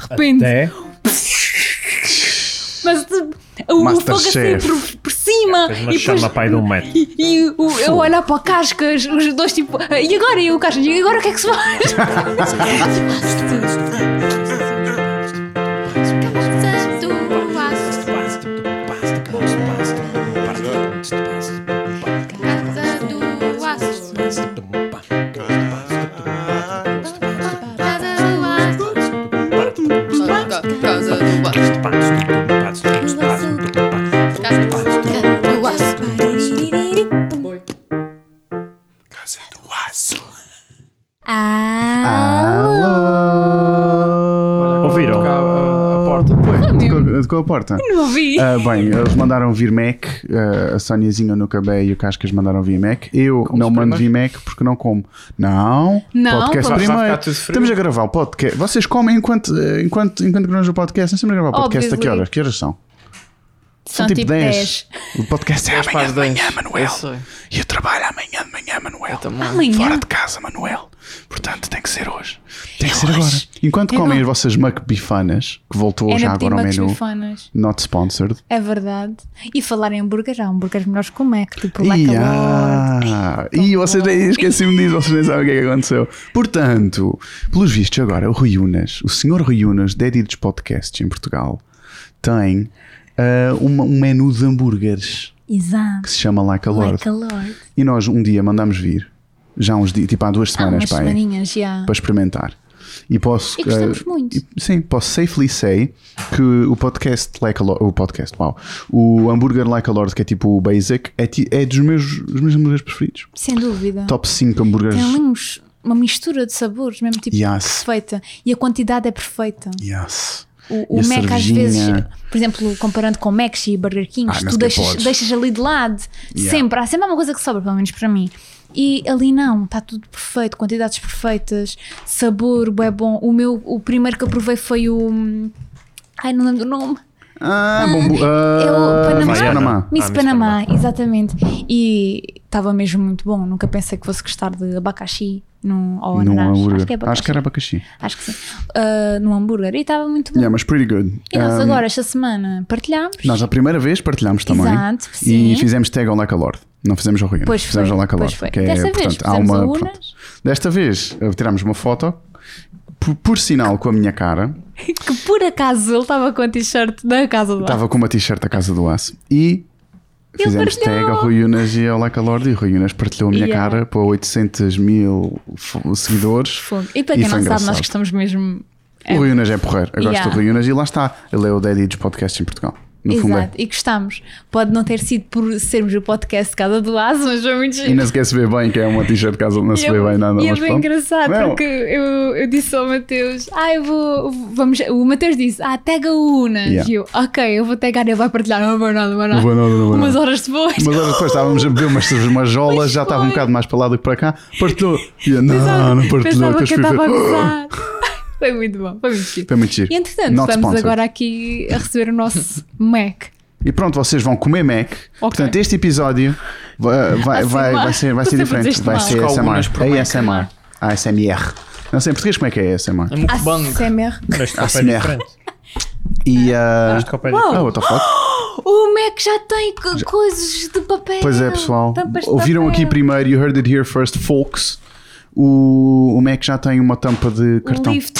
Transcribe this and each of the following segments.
repente. Até Mas de- o fogo Master a sair Chef. por, por cima. fez e uma depois- chama pai de um metro. E, e o- eu olhar para o Cascas, os dois tipo, e agora? E o Cascas, e agora o que é que se faz? Casa do Vasco. Casa do Vasco. Ouviram? Tocou a, a porta depois. Tocou, tocou a porta. Não vi. Ah, bem, eles mandaram vir Mac, ah, a Soniazinha no Cabé e o Cascas mandaram vir Mac. Eu não mando vir Mac porque não como. Não, Não, podcast pode- primeiro. Vai ficar tudo frio. Estamos a gravar o podcast. Vocês comem enquanto, eh, enquanto, enquanto gravamos o podcast. Nós estamos a gravar o podcast a que Obviously. horas? Que horas são? São tipo 10. O podcast é amanhã para de as 10. manhã, Eu Manuel. sei. E eu trabalho é amanhã de manhã, Manuel. Também. Amanhã. Fora de casa, Manuel. Portanto, tem que ser hoje. É Tem que ser agora. Enquanto comem as vossas McBifanas, que voltou Era já pedir agora ao umas menu, bifanas. not sponsored. É verdade. E falar em hambúrguer, há hambúrgueres melhores que o Mac, tipo lá Ih, calor. ah, e vocês nem esqueci-me disso, vocês nem sabem o que é que aconteceu. Portanto, pelos vistos, agora o Rui Unas, o senhor Rui Unas, Daddy dos Podcasts em Portugal, tem ah, uma- um menu de hambúrgueres que Exato. se chama Like a Lá Lord. calor. E nós um dia mandámos vir, já há uns dias, tipo há duas Há semanas, umas pai, semaninhas já. para experimentar. E posso. E gostamos ah, muito. e- Sim, posso safely say que o podcast Like a Lord, o podcast, uau, o hambúrguer Like a Lord, que é tipo o basic, é, ti- é dos meus, dos meus hambúrgueres preferidos. Sem dúvida. Top 5 hambúrgueres. Tem um ali uns- uma mistura de sabores, mesmo tipo Yes. perfeita. E a quantidade é perfeita. Yes. O, E o a Mac às cervejinha. vezes, por exemplo, comparando com Macs e Burger Kings, Ah, mas tu que deixas, podes. deixas ali de lado. Yeah. Sempre, há sempre uma coisa que sobra, pelo menos para mim. E ali não, está tudo perfeito, quantidades perfeitas, sabor, é bom. O meu, o primeiro que eu provei foi o. hum, Ai, não lembro o nome. Ah, bombo. Eu- Ah, Panamá. Miss Panamá. Miss Ah, Miss Panamá, exatamente. E estava mesmo muito bom, nunca pensei que fosse gostar de abacaxi num, ou Num ananás. hambúrguer. Acho que é abacaxi. era abacaxi. Acho que sim. Ah, num hambúrguer. E estava muito bom. Yeah, mas pretty good. E nós Um, agora, esta semana, partilhámos. Nós a primeira vez partilhámos também. Exato, E sim. fizemos tag ao Like a Lord. Não fizemos ao Rui Unas, Pois foi, fizemos ao Like a pois Lord. foi. que é, Desta vez portanto, há fizemos uma- ao Unas. pronto. Desta vez eh, tirámos uma foto, por, por sinal com a minha cara, Que por acaso ele estava com a t-shirt da casa do estava com uma t-shirt da Casa do Aço e Ele fizemos partilhou. tag ao Rui Unas e ao Like a Lord e o Rui Unas partilhou a minha Yeah. cara para 800 mil fo- seguidores. Fogo. E para quem não foi sabe, nós engraçado. gostamos mesmo. O Rui Unas é porreiro. Eu gosto Yeah. do Rui Unas e lá está. Ele é o daddy dos podcasts em Portugal. No fundo é. Exato, e gostamos. Pode não ter sido por sermos o podcast de cada do Aço, mas foi muito E giro. não se quer se ver bem, que é uma t-shirt caso não se E vê eu- bem nada. E é mas bem pronto. engraçado Não, porque eu, eu disse ao Mateus: Ah, eu vou. Vamos, o Mateus disse: Ah, tega o Unas. Yeah. E eu: Ok, eu vou tagar ele vai partilhar. Não vou nada, não vou nada. Não vou nada, não vou Umas nada. horas depois. Mas olha, depois estávamos a beber umas, umas jolas, já estava um foi. bocado mais para lá do que para cá. Partilhou. E eu, não, Pensava- "Ah, não partilhou. Pensava depois que eu fui estava ver. a gozar. Foi muito bom, foi muito giro. Foi muito giro. E entretanto, Tipo, Not estamos sponsored. agora aqui a receber o nosso Mac. E pronto, vocês vão comer Mac. Portanto, este episódio vai, vai, Assim, vai, mal. vai ser, vai ser Você diferente. fazeste Vai mal. ser Escolhe umas por ASMR. Mac. ASMR. ASMR. Não sei em português como é que é ASMR. É muito bom. ASMR. um Mas este copo é ASMR. diferente. E a. Este copo é Ah, diferente. what the fuck? O Mac já tem co- coisas de papel. Pois é, pessoal. Tampas de Ouviram papel. aqui primeiro, you heard it here first, folks. O, o Mac já tem uma tampa de cartão. Lift,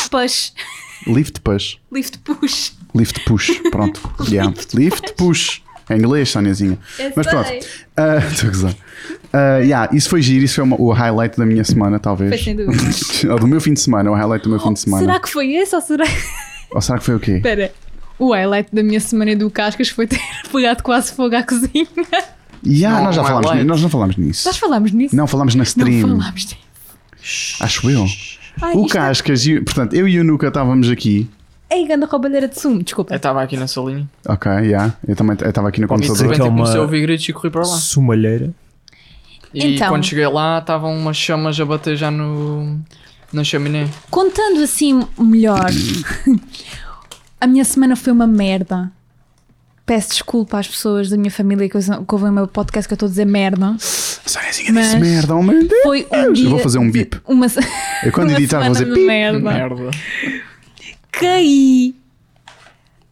Um Lift push. push. Lift push. Lift push. Pronto. yeah. Lift push. Em inglês, Soniazinha. Eu Mas pronto. sei. Ah, Estou a gozar. Ah, yeah, isso foi giro, isso foi uma- o highlight da minha semana, talvez. Foi sem dúvida. Oh, Ou do meu fim de semana, o highlight do meu fim de semana. Será que foi esse ou será. Ou será que foi o quê? Espera. O highlight da minha semana do Cascas foi ter pegado quase fogo à cozinha. Yeah, Não, nós já um falámos, highlight. nós não falámos nisso. Nós falámos nisso? Não, falámos na Não stream. falámos disso. Acho eu. Ai, O isto é- Cascas, e- portanto, eu e o Nuca estávamos aqui Ei, ganda roubalheira de sumo, Eu desculpa. estava aqui na salinha. Ok, yeah. Eu também estava aqui no Pode De Toda- computador. repente Que é eu uma- comecei a ouvir gritos e corri para lá. Sumalheira. E Então. quando cheguei lá, estavam umas chamas a bater já no. na chaminé. Contando assim melhor, a minha semana foi uma merda. Peço desculpa às pessoas da minha família que, usam- que ouvem o meu podcast que eu estou a dizer merda. é- Soniazinha Mas- disse merda, oh meu Deus. Foi um Eu dia. vou fazer um bip. Uma, se- Eu quando uma editar semana vou fazer de pip. merda. Merda. caí.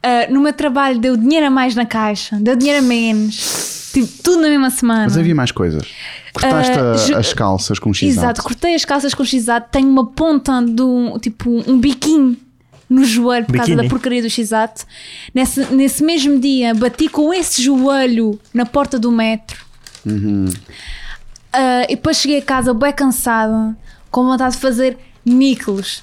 Ah, no meu trabalho deu dinheiro a mais na caixa, deu dinheiro a menos. Tipo, tudo na mesma semana. Mas é havia mais coisas. Cortaste Ah, a- ju- as calças com x Exato, cortei as calças com xizado, tenho uma ponta de um, tipo, um biquinho no joelho por causa Biquíni. da porcaria do xizado. Nesse, nesse mesmo dia, bati com esse joelho na porta do metro. Ah, e depois cheguei a casa bem cansada, com vontade de fazer níqueles.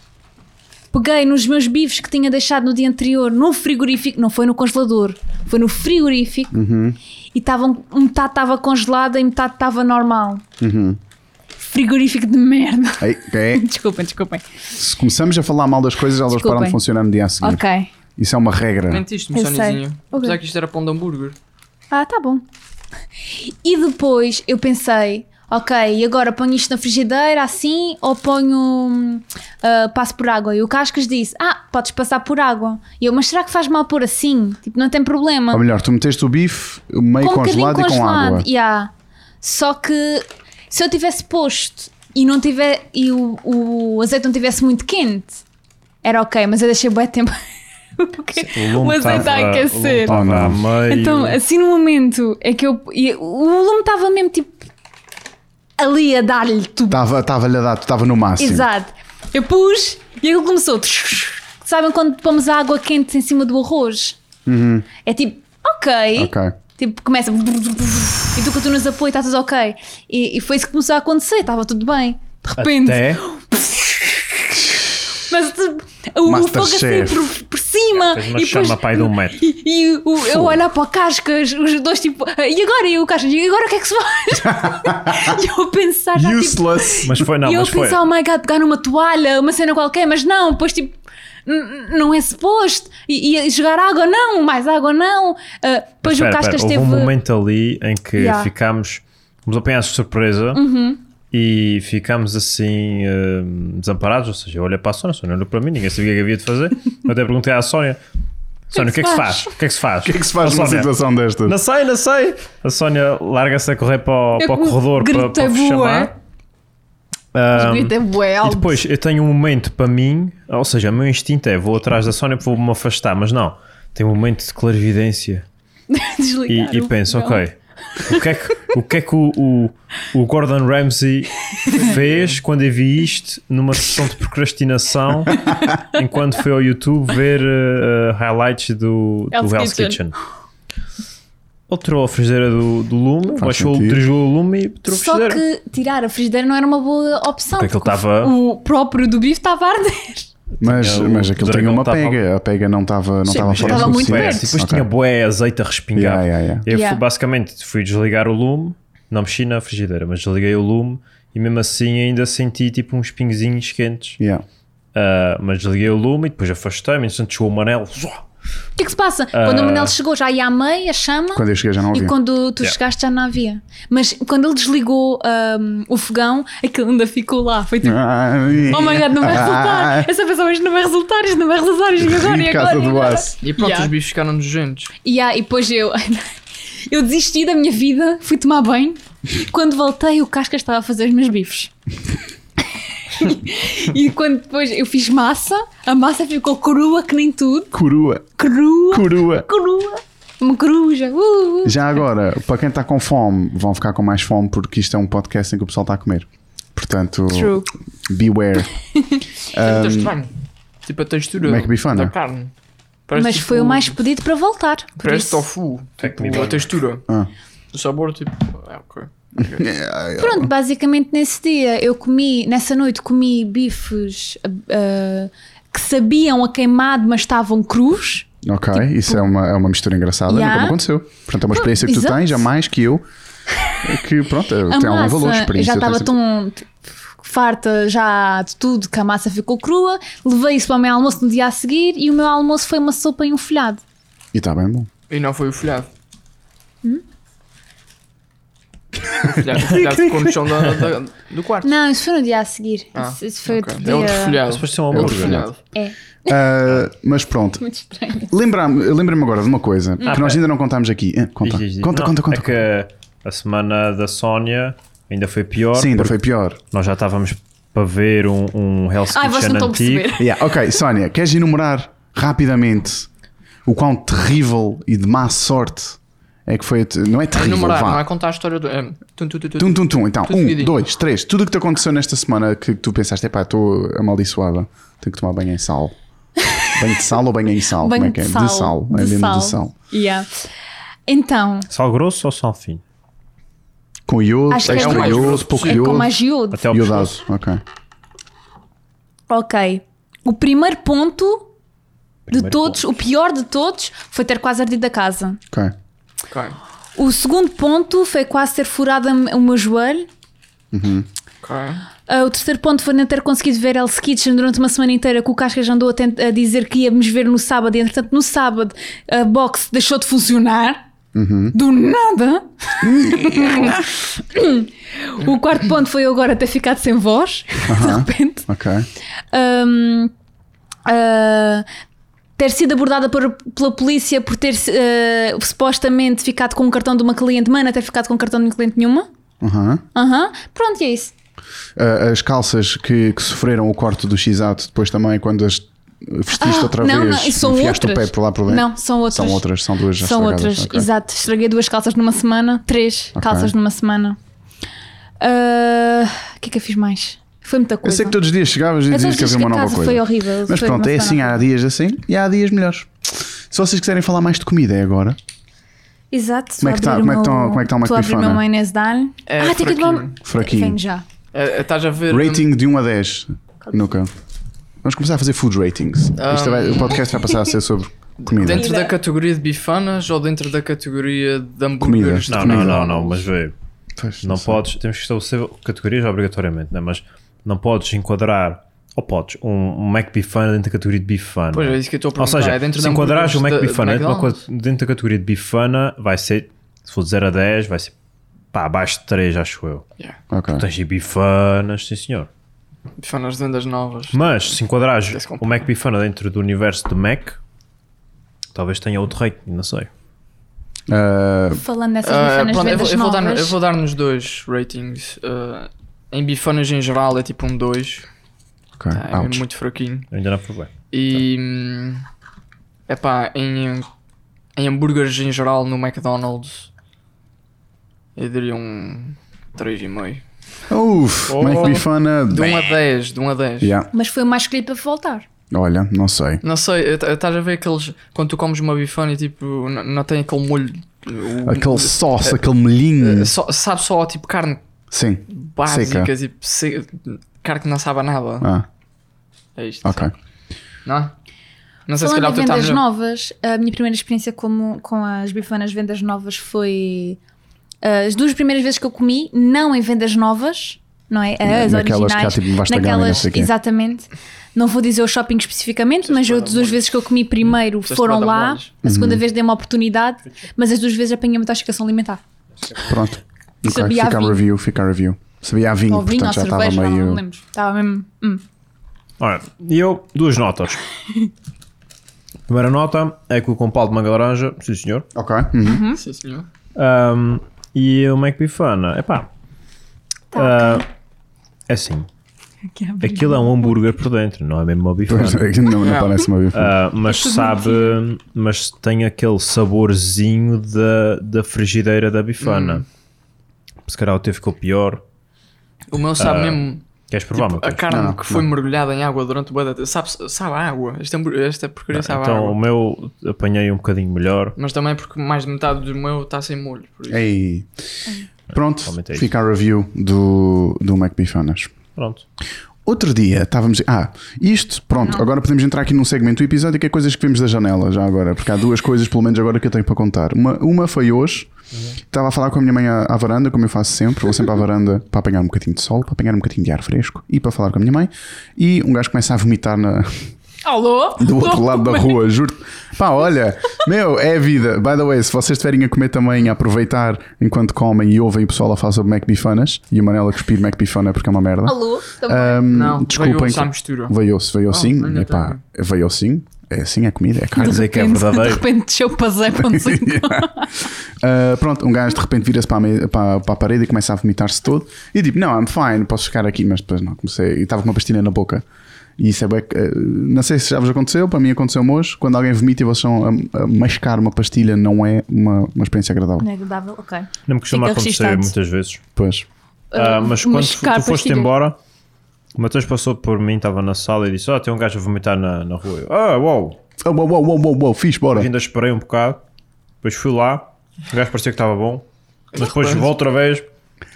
Peguei nos meus bifes que tinha deixado no dia anterior no frigorífico, não foi no congelador, foi no frigorífico e estavam, metade estava congelada e metade estava normal. Frigorífico de merda. Ei, é. Desculpem, desculpem. Se começamos a falar mal das coisas, elas Desculpem. param de funcionar no dia a seguir. Ok. Isso é uma regra. Mentiste-me, Eu sei. Sonizinho. Ok. Apesar que isto era pão de hambúrguer. Ah, tá bom. E depois eu pensei, ok, e agora ponho isto na frigideira assim ou ponho. hum, ah, passo por água? E o Cascas disse, ah, podes passar por água. E eu, mas será que faz mal por assim? Tipo, não tem problema. Ou melhor, tu meteste o bife meio Com um bocadinho congelado, e com água. yeah. Só que se eu tivesse posto e não tiver e o, o azeite não tivesse muito quente, era ok, mas eu deixei bué tempo Porque o, azeite a aquecer. O lume tava meio... Então, assim no momento é que eu. e o lume estava mesmo tipo. ali a dar-lhe tudo. Estava estava-lhe a dar, tu estava no máximo. Exato. Eu pus e aquilo começou. Sabem quando pomos a água quente em cima do arroz? É tipo, ok. Ok. Tipo, começa. E tu continuas a apoio, está tudo ok. E, e foi isso que começou a acontecer, estava tudo bem. De repente. Até... Mas tipo, o o fogo assim Masterchef. por, por cima. Fez É, uma e depois- chama pai de um metro. E, e o- eu olhar para o Cascas, os dois tipo, e agora? E o Cascas, e agora o que é que se faz? e eu a pensar já, tipo, Useless. Mas foi, não, e eu mas pensava, oh foi. my god, pegar numa toalha, uma cena qualquer, mas não, depois tipo, n- n- não é suposto. E, e jogar água, não, mais água, não. Ah, depois Espera, o Cascas espera, teve. Houve um momento ali em que Yeah. ficámos... Nos apanhámos de surpresa e ficámos assim eh, desamparados. Ou seja, eu olhei para a Sónia, a Sónia olhou para mim, ninguém sabia o que é que havia de fazer. Eu até perguntei à Sónia: Sónia, o que é que se faz? O que é que se faz? O O que é que se faz numa situação destas? Não sei, não sei. A Sónia larga-se a correr para o, Eu para o corredor para, gritei para vos bué. chamar. Ahm, e depois eu tenho um momento para mim, ou seja, o meu instinto é vou atrás da Sónia porque vou-me afastar, mas não. Tem um momento de clarividência e, Desligar e o penso, fogão. ok, o que é que o, que é que o, o- o Gordon Ramsay fez quando eu vi isto numa sessão de procrastinação enquanto foi ao YouTube ver eh, eh, highlights do, do Hell's Hell's Kitchen. Kitchen. Ele tirou a frigideira do, do lume, Faz baixou, sentido. desligou o lume e tirou a Só frigideira. que tirar a frigideira não era uma boa opção. Porque aquilo porque o- estava- O próprio do bife estava a arder. Mas, Tinha o- mas o aquilo dragão tem uma tava- pega. A pega não estava não Sim, estava mas forte era o muito suficiente. perto. E depois Ok. tinha boé azeite a respingar. Yeah, yeah, yeah. Eu fui- Yeah. basicamente fui desligar o lume, não mexi na frigideira, mas desliguei o lume e mesmo assim ainda senti tipo uns pinguezinhos quentes. Yeah. Ah, mas desliguei o lume e depois afastei-me, entretanto chegou o Manel. Zuá! O que é que se passa? Quando o Manel chegou, já ia à meia, chama. Ah. Quando eu cheguei já não E havia. quando tu Yeah. chegaste já não havia. Mas quando ele desligou hum, o fogão, aquilo ainda ficou lá. Foi Ah. tipo, Ai, oh my god, não vai ai, resultar. Essa pessoa isto não vai resultar, isto não vai resultar. Isto e agora, e Rio Casa agora, e do agora. Aço. E pronto, Yeah. os bichos ficaram nojentos. Um, E, ah, e depois eu, eu desisti da minha vida, fui tomar banho. Quando voltei, o Casca estava a fazer os meus bifes. e quando depois eu fiz massa, a massa ficou crua que nem tudo. Curua. Crua, Curua. crua. Uma coruja. Uh, uh. Já agora, para quem está com fome, vão ficar com mais fome porque isto é um podcast em que o pessoal está a comer. Portanto, True. beware. É muito estranho. Tipo a textura como é que bifana? da carne. Parece Mas tipo- foi o mais um pedido para voltar. por Parece isso. tofu. Tipo, bifana. a textura. Ah. O sabor, tipo. É, ok. Pronto, basicamente nesse dia eu comi, nessa noite comi bifes ah, que sabiam a queimado, mas estavam crus. Ok, isso é, uma, é uma mistura engraçada, Tipo, Yeah. nunca me aconteceu. Portanto, é uma Pô, experiência que tu exato. tens, a mais que eu, que pronto, A é, tem algum massa, valor. eu já Experiência, estava tem tão tipo, farta já de tudo que a massa ficou crua. Levei isso para o meu almoço no dia a seguir e o meu almoço foi uma sopa e um folhado. sempre- E está bem bom. E não foi o folhado. Hum? O folhado, o folhado ficou no chão da- da- do quarto. Não, isso foi no dia a seguir. Ah, Isso- isso foi ok. outro É dia. outro folhado. Mas depois tem um É outro hambúrguer. folhado. É, Ah, mas pronto, muito estranho. lembra-me lembra-me agora de uma coisa que nós Ah, pera. ainda não contámos aqui. Ah, conta, Diz, diz, diz. conta, Não, conta, conta. É que a semana da Sónia ainda foi pior. Sim, ainda porque foi pior. Nós já estávamos para ver um, um Hell's Ai, vocês Kitchen não estão a antigo. perceber. Yeah, ok, Sónia, queres enumerar rapidamente o quão terrível e de má sorte é que foi. a te- Não é terrível, Enumerar, vá. não é contar a história do. é, tum, tum, tum, tum. Tum, tum, tum. Então, Tudo um, seguidinho. dois, três. Tudo o que te aconteceu nesta semana que tu pensaste, epá, estou amaldiçoada, tenho que tomar banho em sal. Banho de sal ou banho em sal? Banho Como é que é? de sal. de sal. é mesmo de sal. Yeah. Então, Sal grosso ou sal fino? Com iodo, Acho que é extra mais iodo, grosso, pouco é iodo. como a Giude. Até ao Iodado, pescoço. ok. Ok. O primeiro ponto de Primeiro todos, o pior de todos, foi ter quase ardido da casa. Ok. Ok. O segundo ponto foi quase ter furado a m- o meu joelho. ok. Ah, o terceiro ponto foi não ter conseguido ver Hell's Kitchen durante uma semana inteira que o Cascas andou a, tent- a dizer que íamos ver no sábado e entretanto no sábado a box deixou de funcionar do nada o quarto ponto foi eu agora ter ficado sem voz de repente Ok. Ahm, ah, ter sido abordada por- pela polícia por ter eh, supostamente ficado com o cartão de uma cliente, mana ter ficado com o cartão de uma cliente nenhuma. Aham. Aham. Pronto, e é isso. Ah, as calças que, que sofreram o corte do x-ato depois também, quando as vestiste Ah, outra não, vez, não, isso são enfiaste o outras. pé por lá por dentro. Não, são outras. São outras, são duas já São estragadas, outras, ok. exato. Estraguei duas calças numa semana, três Ok. calças numa semana. Ah, O que é que eu fiz mais? Foi muita Eu coisa. sei que todos os dias chegavas e Eu dizias todos que os havia dias uma que a nova casa coisa. foi horrível, Mas foi pronto, uma é assim, semana há dias assim e há dias melhores. Se vocês quiserem falar mais de comida é agora. Exato. Como é que tá- como é que tão- como é que tá uma Estou a abrir o Quifona? meu maionese de alho. É ah, tem que ir fraquinho. tomar- Fraquinho. Venho já. É, é, Estás a ver. Rating de 1 a 10. Nunca. Vamos começar a fazer food ratings. Isto vai- o podcast vai passar a ser sobre comida. Dentro da categoria de bifanas ou dentro da categoria de hambúrgueres? Comida. de Não, comida? não, não, não, mas vê, Pois, não sei. podes, temos que estabelecer categorias obrigatoriamente, não é? mas não podes enquadrar, ou podes, um, um Mac Bifana dentro da categoria de né? Bifana. Pois é, isso que eu estou a Ou perguntar. seja, é dentro se de enquadrares o hambúrgueres Mac de- de Bifana É dentro, de uma McDonald's? co- dentro da categoria de Bifana, vai ser, se for de 0 a 10, vai ser pá, abaixo de 3, acho eu. Yeah. Ok. Tens de Bifanas, sim senhor. Bifanas de vendas novas. Mas se enquadrares Desse comprar. o Mac Bifana dentro do universo do Mac, talvez tenha outro rei, não sei. Ah, Falando nessas Ah, bifanas de pronto, eu vou- vendas eu, vou dar, novas. eu vou dar nos dois ratings. Ah, em bifanas em geral é tipo um 2. ok. É Ah, Ouch. muito fraquinho. Ainda não provei. E. Tá. hum, Epá, em, em hambúrgueres em geral no McDonald's. Eu diria um 3,5. Uf, Oh. Mac Bifana. De 1 a 10, de 1 a 10. Yeah. Mas foi o mais escolhido para voltar. Olha, não sei. Não sei, eh, t- estás a ver aqueles. Quando tu comes uma bifana e tipo. n- Não tem aquele molho. o- Aquele hum. sauce, aquele molhinho. eh, só- sabe só tipo carne Sim. básica, tipo. se- carne que não sabe a nada. Ah, É isto. ok. Não? Não sei se Falando calhar em tu tá vendas estás a- novas, a minha primeira experiência como, com as bifanas vendas novas foi ah, as duas primeiras vezes que eu comi, não em vendas novas, não é? As Naquelas que há, originais. tipo, vasta gama e não naquelas, sei o quê. exatamente. Não vou dizer o shopping especificamente, mas as duas vezes que eu comi primeiro Fizeste foram bué de lá. amores. A segunda Uhum. vez dei uma oportunidade, mas as duas vezes apanhei uma intoxicação alimentar. Pronto. Ok, Sabia a fica a vinho. review, fica a review. Sabia a vinho, Ou vinho, ou portanto já estava cerveja, não meio. me lembro. Estava mesmo. hum. Ora, e eu, duas notas. Primeira nota é que o compal de manga laranja, sim senhor. Ok. uhum. Sim, senhor. Ahm, e o Mac Bifana, epá. Ah, é assim, aquilo é um hambúrguer por dentro, não é mesmo uma bifana. Pois, é que não, não parece uma bifana. Ah, mas sabe, mas tem aquele saborzinho da, da frigideira da Hum. bifana. Se calhar o teu ficou pior. O meu sabe Ah. mesmo. Queres provar, Tipo, a Mateus? carne Não, não, que foi mergulhada em água durante o bué da tempo. Sabe, sabe a água. Esta, hambúrguer- esta é porcaria sabe a Então o água. meu apanhei um bocadinho melhor. Mas também porque mais de metade do meu está sem molho. Por isso. Ei. Pronto, Realmente é isso. fica a review do, do Mac Bifanas. Pronto. Outro dia estávamos. Ah, isto, pronto, agora podemos entrar aqui num segmento episódico que é coisas que vemos da janela já agora, porque há duas coisas, pelo menos agora, que eu tenho para contar. Uma, uma foi hoje, estava a falar com a minha mãe à, à varanda, como eu faço sempre, vou sempre à varanda para apanhar um bocadinho de sol, para apanhar um bocadinho de ar fresco e para falar com a minha mãe. E um gajo começa a vomitar na, Alô? do outro lado da rua, juro. Pá, olha, meu, é a vida. By the way, se vocês estiverem a comer também, a aproveitar enquanto comem e ouvem o pessoal a falar sobre MacBifanas e a Manela cuspir MacBifana porque é uma merda. Alô? Tá bom. Ahm, Não, desculpem. veio-se à mistura. Veio-se, veio Ah, sim. ainda Epá, veio sim. É assim, é comida, é De carne. dizer que é repente- verdadeiro. De repente desceu para Zé Ponto cinco. Ah, pronto, um gajo de repente vira-se para, a me- para- para a parede e começa a vomitar-se todo. E eu tipo, não, I'm fine, posso ficar aqui. Mas depois não, comecei. E estava com uma pastilha na boca. E isso é bué que, ah, Não sei se já vos aconteceu, para mim aconteceu-me hoje. Quando alguém vomita e vocês são a, a mascar uma pastilha, não é uma, uma experiência agradável. Não é agradável, ok. Não me costuma Fica acontecer registado. muitas vezes. Pois. Ah, mas quando mas tu, cá tu foste pastilha. embora, o Matheus passou por mim, estava na sala e disse: Ah, tem um gajo a vomitar na, na rua. Eu, Ah, uau! Oh, uou, uou, uou, uou, uou, fixe, bora. Ainda esperei um bocado, depois fui lá, o gajo parecia que estava bom, mas depois volto outra vez.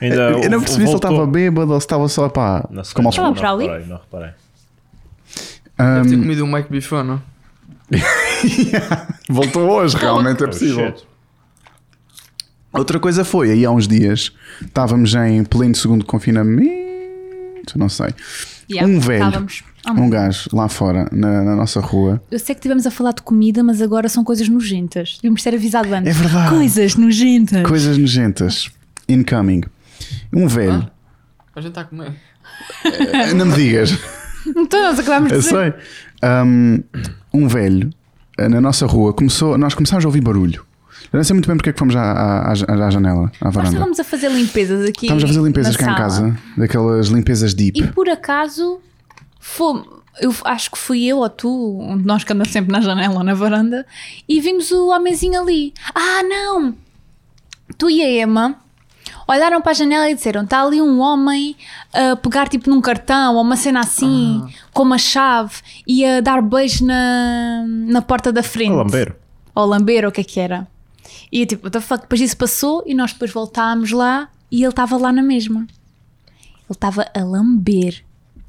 Ainda Eu não vo- percebi se ele voltou. estava bêbado ou se estava só, pá, Não sei, como aos não, Estava para ali? reparei, não reparei. Deve um, ter comido o Mike Bifão, não? Ah, Voltou hoje, realmente é Oh, possível. shit. Outra coisa foi, aí há uns dias, estávamos em pleno segundo confinamento, não sei. Yeah, um velho, estávamos. Ah, um gajo lá fora, na, na nossa rua. Eu sei que estivemos a falar de comida, mas agora são coisas nojentas. Devíamos ter avisado antes. É verdade. Coisas nojentas. Coisas nojentas. Incoming. Um velho. Eh, A gente está a comer. Ah. Não me digas. Então nós acabámos de Eu dizer. sei. Um, um velho eh, na nossa rua começou. Nós começámos a ouvir barulho. Eu não sei muito bem porque é que fomos à, à, à- à janela, à Nós varanda. estávamos a fazer limpezas aqui. Estávamos a fazer limpezas na cá em sala. casa, daquelas limpezas deep. E por acaso fomos. Eu f- acho que fui eu ou tu, um de nós que anda sempre na janela ou na varanda, e vimos o homenzinho ali. Ah, não! Tu e a Emma olharam para a janela e disseram: está ali um homem a pegar tipo num cartão ou uma cena assim, com uma chave, e a dar beijo na, na porta da frente. Ah, lambeiro. Ou lamber, ou o que é que era. E eu, tipo, what the fuck, depois isso passou e nós depois voltámos lá e ele estava lá na mesma. Ele estava a lamber.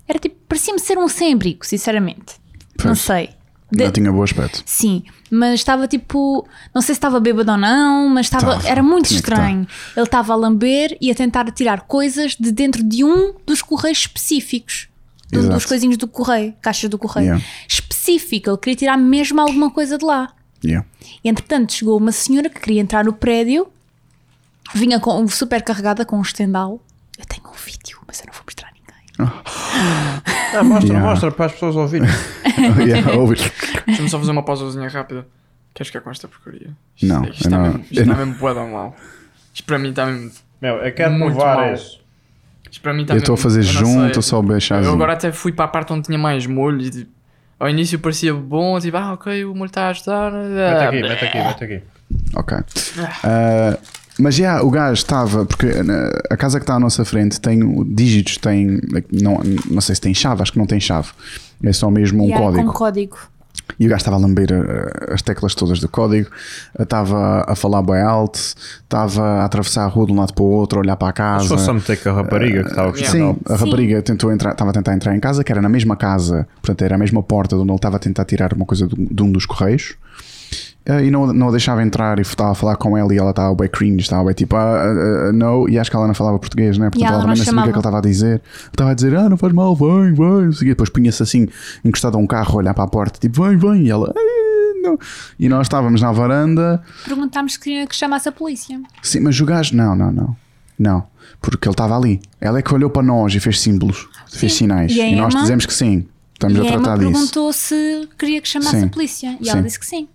Era tipo, parecia-me ser um sem-abrigo, sinceramente. Não Pois. sei. De- Não tipo- tinha bom aspecto. Sim, mas estava tipo, não sei se estava bêbado ou não, mas estava, Estava, era muito tinha que estranho. Ele estava a lamber e a tentar tirar coisas de dentro de um dos correios específicos. De um Exato. dos coisinhos do correio, caixas do correio. Yeah. Específico, ele queria tirar mesmo alguma coisa de lá. Yeah. Entretanto, chegou uma senhora que queria entrar no prédio, vinha com, super carregada com um estendal. Eu tenho um vídeo, mas eu não vou mostrar a ninguém. Ah, mostra, Yeah. mostra para as pessoas ouvirem. Yeah, ouvir. Deixa-me só fazer uma pausazinha rápida. Queres que eu com esta porcaria? Isto- é, Não, isto está eu não- mesmo, isto eu está não. mesmo bué da mal. Isto para mim está mesmo. Meu, eu quero Muito provar mal. isso. Isto para mim está Eu estou a mesmo- fazer eu não sei. junto, estou só assim. a beijar. Eu agora até fui para a parte onde tinha mais molho e tipo, ao início parecia bom, tipo, ah, ok, o molho está a ajudar. né? Ah, Mete tá aqui, mete aqui, mete aqui. Ok. Ah, mas já, o gajo estava, porque eh, a casa que está à nossa frente tem o- dígitos, tem. Não, não sei se tem chave, acho que não tem chave. É só mesmo um E era código. Com código. E o gajo estava a lamber eh, as teclas todas do código, eh, estava a falar bem alto, estava a atravessar a rua de um lado para o outro, a olhar para a casa. Acho que só me ter com a rapariga que estava a Yeah. Ah. Sim, a Sim. rapariga tentou entrar, estava a tentar entrar em casa, que era na mesma casa, portanto era a mesma porta de onde ele estava a tentar tirar uma coisa de, um- de um dos correios. eh, E não, não a deixava entrar e estava a falar com ela e ela estava bem cringe, estava bem tipo, ah, ah, ah, não, e acho que ela não falava português, né? Portanto E ela ela não também não sabia o que é que chamava. ele estava a dizer. Estava a dizer, ah, não faz mal, vem, vem, não sei o quê. depois punha-se assim, encostado a um carro, a olhar para a porta, tipo, vem, vem, e ela, "Ah, não. E nós estávamos na varanda, Perguntámos se queria que chamasse a polícia. sim, mas o gajo, não, não, não, não, porque ele estava ali. Ela é que olhou para nós e fez símbolos, fez Sim. sinais. E a E, nós Emma? dizemos que sim, estamos e a a tratar Emma disso. perguntou se queria que chamasse Sim. a polícia. E Sim. ela disse que sim.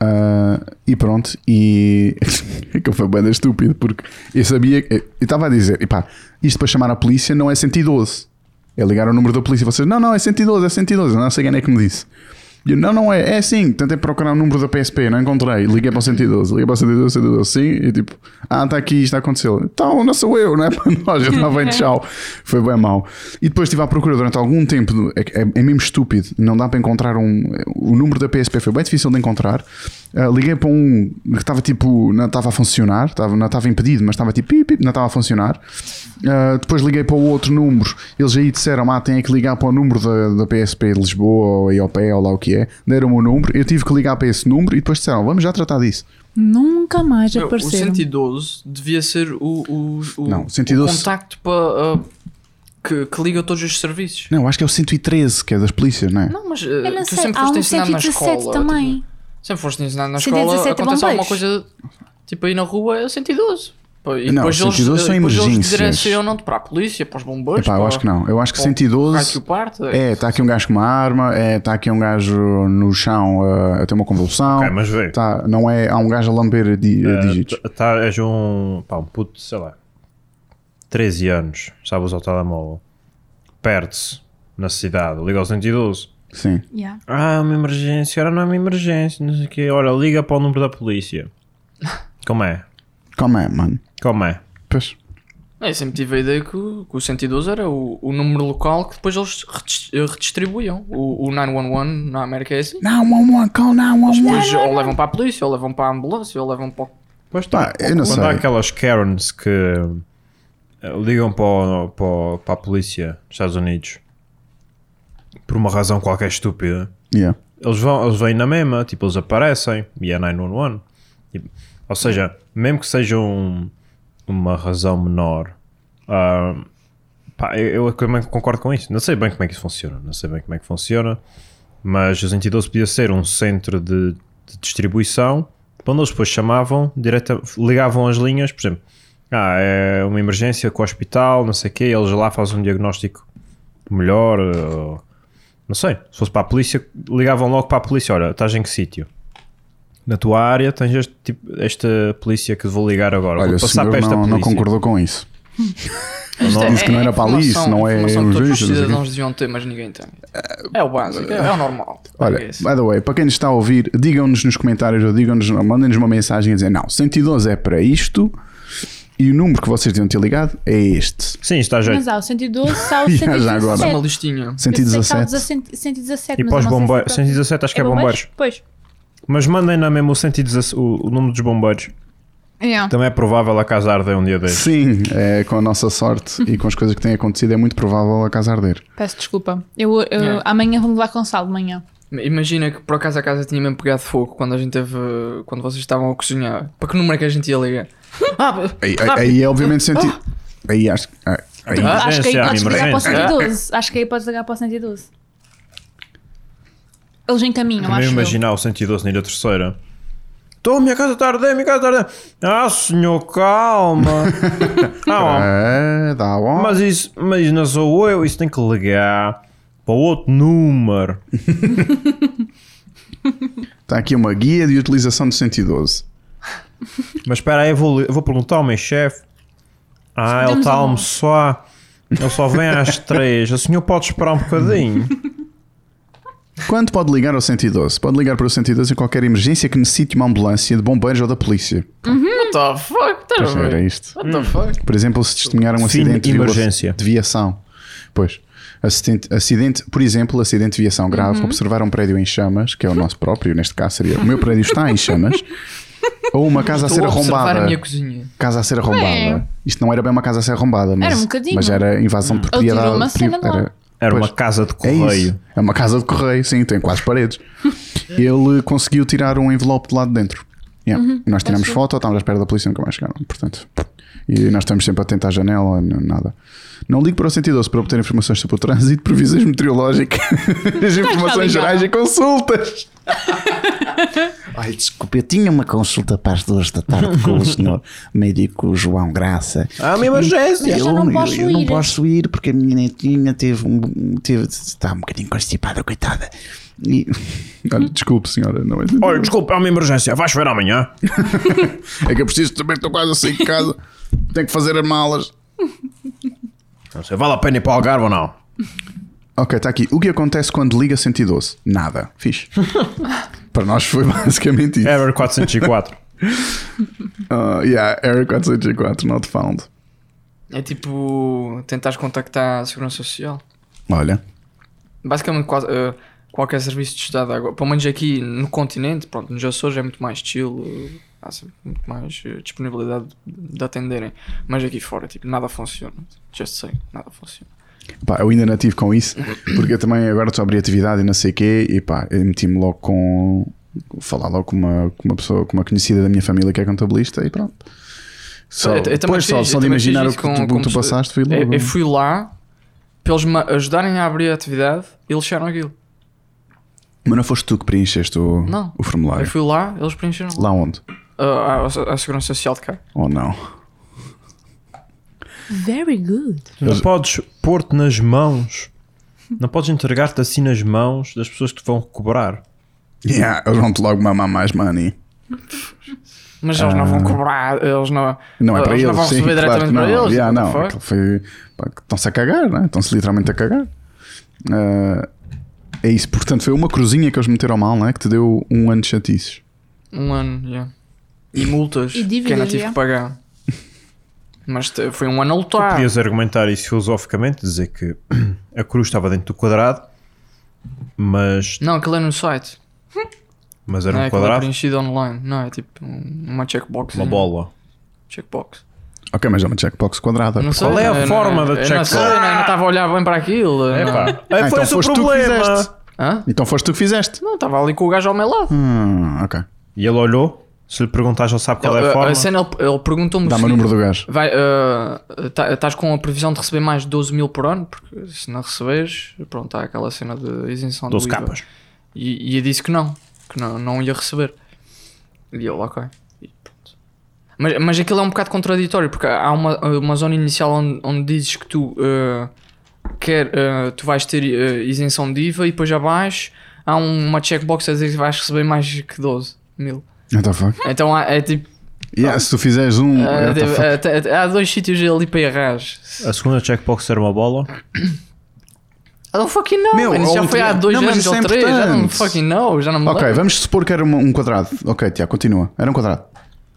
Ah, e pronto, e que foi bem estúpido, porque eu sabia, eu estava a dizer, epá, isto para chamar a polícia não é 112. É ligar o número da polícia e vocês, não, não, é 112, é 112, eu não sei quem é que me disse. E eu, não, não é, é sim, tentei procurar o número da PSP, não encontrei, liguei para o 112, liguei para o 112, 112, sim, e tipo, ah, está aqui, isto aconteceu. Então, não sou eu, não é para nós, eu estava em tchau. Foi bem mau. E depois estive à procura durante algum tempo, é, é- é mesmo estúpido, não dá para encontrar um. O número da PSP foi bem difícil de encontrar. Ah, liguei para um que estava tipo, não estava a funcionar, estava, não estava impedido, mas estava tipo, pip, pip, não estava a funcionar. Ah, depois liguei para o outro número, eles aí disseram, ah, tem que ligar para o número da, da PSP de Lisboa ou IOP ou lá o que é. Deram-me o número, eu tive que ligar para esse número e depois disseram, vamos já tratar disso. Nunca mais Meu, o apareceram. 112 devia ser o, o, o, Não, o 112 o contacto para, ah, que, que liga todos os serviços. Não, acho que é o 113, que é das polícias, não é? Não, mas ah, Eu não tu sei, sempre há foste um ensinado na 117 escola. também. Tipo, sempre foste ensinado na 117 escola, é acontece alguma bombeiros. coisa tipo aí na rua é o 112. Pô, E Não, depois eles, 112 são depois eles emergências. direcionam-te para a polícia, para os bombeiros. Epá, eu para- acho que não. Eu acho que para o- para tá aqui 112. o parte. É, está aqui um gajo com uma arma, está aqui um gajo no chão eh, a ter uma convulsão. Ok, mas vê. Tá, não é, há um gajo a lamber di- eh, dígitos. Ah, tá, és um, pá, um puto, sei lá, 13 anos, sabe usar o telemóvel, perde-se na cidade, liga ao 112. Sim. Yeah. Ah, uma emergência, ora não é uma emergência, não sei o quê. Ora, liga para o número da polícia. Como é? Como é, mano? Como é? Pois. É, eu sempre tive a ideia que, o- que o 112 era o, o número local que depois eles redis- eh, redistribuíam. O, o 911 na América é assim. Não, one, one, call, não, one, one. Depois ou levam para a polícia, ou levam para a ambulância, ou levam para o... Pois Pá, eu não Quando sei. há aquelas Karens que eh, ligam para, o- para, o- para a polícia dos Estados Unidos por uma razão qualquer estúpida, Yeah. eles, vão, eles vêm na mesma, tipo, eles aparecem e é 911. Tipo, ou seja, mesmo que seja um- uma razão menor, ah, pá, eu, eu também concordo com isso. Não sei bem como é que isso funciona, não sei bem como é que funciona, mas os 112 podia ser um centro de, de distribuição quando eles depois chamavam, direta, ligavam as linhas, por exemplo, ah, é uma emergência com o hospital, não sei o quê, eles lá fazem um diagnóstico melhor, ou- não sei, se fosse para a polícia, ligavam logo para a polícia, olha, estás em que sítio? Na tua área tens este tipo- esta polícia que vou ligar agora, Olha, vou o passar senhor para esta não, não polícia. concordou com isso. Isto é disse que não era para ali, informação- isso não é informação que todos os urgente, não sei o quê. cidadãos deviam ter, mas ninguém tem. É o básico, é, é o normal. Olha, É esse. by the way, para quem nos está a ouvir, digam-nos nos comentários ou digam-nos, ou mandem-nos uma mensagem a dizer não, 112 é para isto e o número que vocês deviam ter ligado é este. Sim, está a jeito. Mas há o 112, há o Já, já 117. agora. Só uma listinha. Eu sei que há o 117. 17, 117 E mas para os eu não sei se bombeiros, é para- 117 acho que é bombeiros. Pois. Mas mandem na mesmo o, 116 o, o número dos bombeiros. Yeah. Também é provável a casa arder um dia desses. Sim, é, com a nossa sorte e com as coisas que têm acontecido, é muito provável a casa arder. Peço desculpa. Eu, eu- Yeah. Amanhã vamos lá com sal de manhã. Imagina que por acaso a casa tinha mesmo pegado fogo quando a gente teve. quando vocês estavam a cozinhar. Para que número é que a gente ia ligar? Ah, Aí, aí- aí é obviamente sentido. Aí acho que. ah, aí- Ah, acho que Emergência, aí podes ligar para o emergência. Ah. 112. Acho que aí podes ligar para o 112. Eles encaminham, Também acho eu. imaginar o 112 na Ilha Terceira. Estou, minha casa está a arder, minha casa está a arder. Ah, senhor, calma. ah, Ah, dá ó, ó. mas, isso, mas isso não sou eu, isso tem que ligar para outro número. Está aqui uma guia de utilização de 112. Mas espera aí, eu vou, li- eu vou perguntar ao meu chefe. Ah, ele Damos está a um- almoçar. Ele só vem às três. O senhor pode esperar um bocadinho? Quando pode ligar ao 112? Pode ligar para o 112 em qualquer emergência que necessite uma ambulância de bombeiros ou da polícia. Uhum. what the fuck? Estás Pois a era ver? isto. What the fuck? Por exemplo, se testemunhar um Fim acidente de viola- emergência. de viação. Pois. Acidente, acidente, por exemplo, acidente de viação Uhum. grave, observar um prédio em chamas, que é o nosso próprio, neste caso seria o meu prédio está em chamas, ou uma casa a Estou ser a observar arrombada. a minha cozinha. Casa a ser arrombada. É. Isto não era bem uma casa a ser arrombada, mas, Era um bocadinho. mas era invasão de Ele propriedade. tirou uma cena de lá. era- Era Pois. uma casa de é correio. isso. É uma casa de correio, sim, tem quatro paredes. Ele conseguiu tirar um envelope de lá de dentro. Yeah. Nós tiramos foto, estávamos à espera da polícia, nunca mais chegaram. Portanto, e nós estamos sempre atentos à janela, n- nada. Não ligo para o 112 para obter informações sobre o trânsito, previsões meteorológicas, ligado. informações gerais e consultas. Ai, desculpa, eu tinha uma consulta para as duas da tarde com o senhor médico João Graça. Há É uma emergência. Eu, já não posso eu não ir. posso ir porque a minha netinha teve um. Teve, está um bocadinho constipada, coitada. E, Olha, desculpe, senhora, não é. Olha, desculpa, é uma emergência. Vai chover amanhã. É que eu preciso também, estou quase a sair de casa, tenho que fazer as malas. Não sei, vale a pena ir para o Algarve ou não? Ok, está aqui. O que acontece quando liga 112? Nada. Fixe. Para nós foi basicamente isso. Error 404. Uh, yeah, Area 404, not found. É tipo. tentares contactar a Segurança Social. Olha. Basicamente, quase, eh, qualquer serviço de Estado, agora, pelo menos aqui no continente, pronto, nos Açores é muito mais chill, eh, há sempre muito mais eh, disponibilidade de de atenderem. Mas aqui fora, tipo, nada funciona. Já sei, nada funciona. Pá, eu ainda não tive com isso, porque eu também agora estou a abrir atividade e não sei o quê, e pá, eu meti-me logo com. falar logo com uma, com uma pessoa, com uma conhecida da minha família que é contabilista e pronto. Só, Eu- eu também pois, só, fiz- só eu de também imaginar o fiz que isso com- tu, com que tu pessoa- É, passaste foi Eu, logo. eu fui lá para eles me ajudarem a abrir a atividade e eles fecharam aquilo. Mas não foste tu que preencheste o, Não. o Eu formulário? fui lá, eles preencheram lá. Lá onde? Ah, a, a Segurança Social de cá. Ou não? Very good. Tu não podes pôr-te nas mãos. Não podes entregar-te assim nas mãos das pessoas que te vão cobrar. Yeah, eles vão-te logo mamar mais money. Mas eles não vão cobrar, eles não. Ah. Não é para eles, não vão sim, receber claro que diretamente não. para eles. Yeah, what the não, fuck? aquilo foi. pá, que Estão-se a cagar, né? Estão-se literalmente a cagar. Ah, é isso, portanto, foi uma cruzinha que eles meteram mal, né? Que te deu um ano de chatices. Um ano, yeah. E E multas que ainda dívidas, tive yeah. que pagar. Mas te- foi um ano a lutar. Podias argumentar isso filosoficamente, dizer que a cruz estava dentro do quadrado, mas, Não, aquilo é no site. mas era não é um aquilo é quadrado, preenchido online. Não, é tipo um- uma checkbox. uma bola. Checkbox. Ok, mas é uma checkbox quadrada. Não sei, Qual é a eu não- forma da eu Não checkbox? É, sei, eu não estava a olhar bem para aquilo. não. Epá, Ah, foi então esse o foste tu que fizeste. problema. Hã? Então foste tu que fizeste. Não, estava ali com o gajo ao meu lado. Hum, ok. E ele olhou, se lhe perguntares, ele sabe qual é A- a a- forma. A cena, ele, ele perguntou-me o Dá-me o seguinte, número do gajo. Vai, ah, tá- estás com a previsão de receber mais de 12 mil por ano, porque se não receberes, pronto, há aquela cena de isenção 12 do IVA. capas. E, e eu disse que não, que não, não ia receber. E ele, ok. E pronto. Mas, mas aquilo é um bocado contraditório, porque há uma, uma zona inicial onde, onde dizes que tu, eh, quer, eh, tu vais ter eh, isenção de IVA e depois abaixo há um- uma checkbox a dizer que vais receber mais que 12 mil. What the fuck? Então há- é tipo. Yeah, se tu fizeres um. ah, what the deve- fuck? ah, tá- tá- há dois sítios ali para errar. A segunda checkbox era uma bola. I don't fucking know. Meu, man. Isso já ontem- foi há dois Não, mas anos isso ou é três. Já não importante. fucking know. Já não me ok, lembro. vamos supor que era um, um quadrado. Ok, Tiago, continua. Era um quadrado.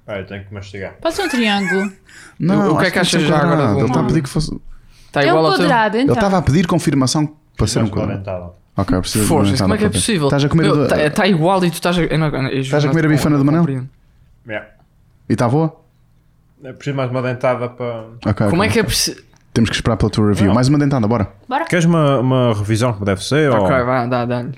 Ah, eu tenho que mastigar. Pode ser um triângulo. O- o que é acho que não achas tinha já quadrado. agora do Ele estava a mundo? pedir que fosse. É Está um Tá igual ao teu. quadrado, Ele então. estava a pedir confirmação para ser um Então, quadrado. Ok, preciso Forças, como é que é possível? Estás a comer. Meu, do- tá- tá igual e tu estás a. eu não- eu juro, Estás a não comer a te- bifana do não Manel? compreendo. E está boa? Preciso mais uma dentada para. Ok. Como ok. é que Ah. é possível? Temos que esperar pela tua review. Mais uma dentada, bora. Queres uma, uma revisão como deve ser? ou Oh. Ok, vá, dá, dá-lhe.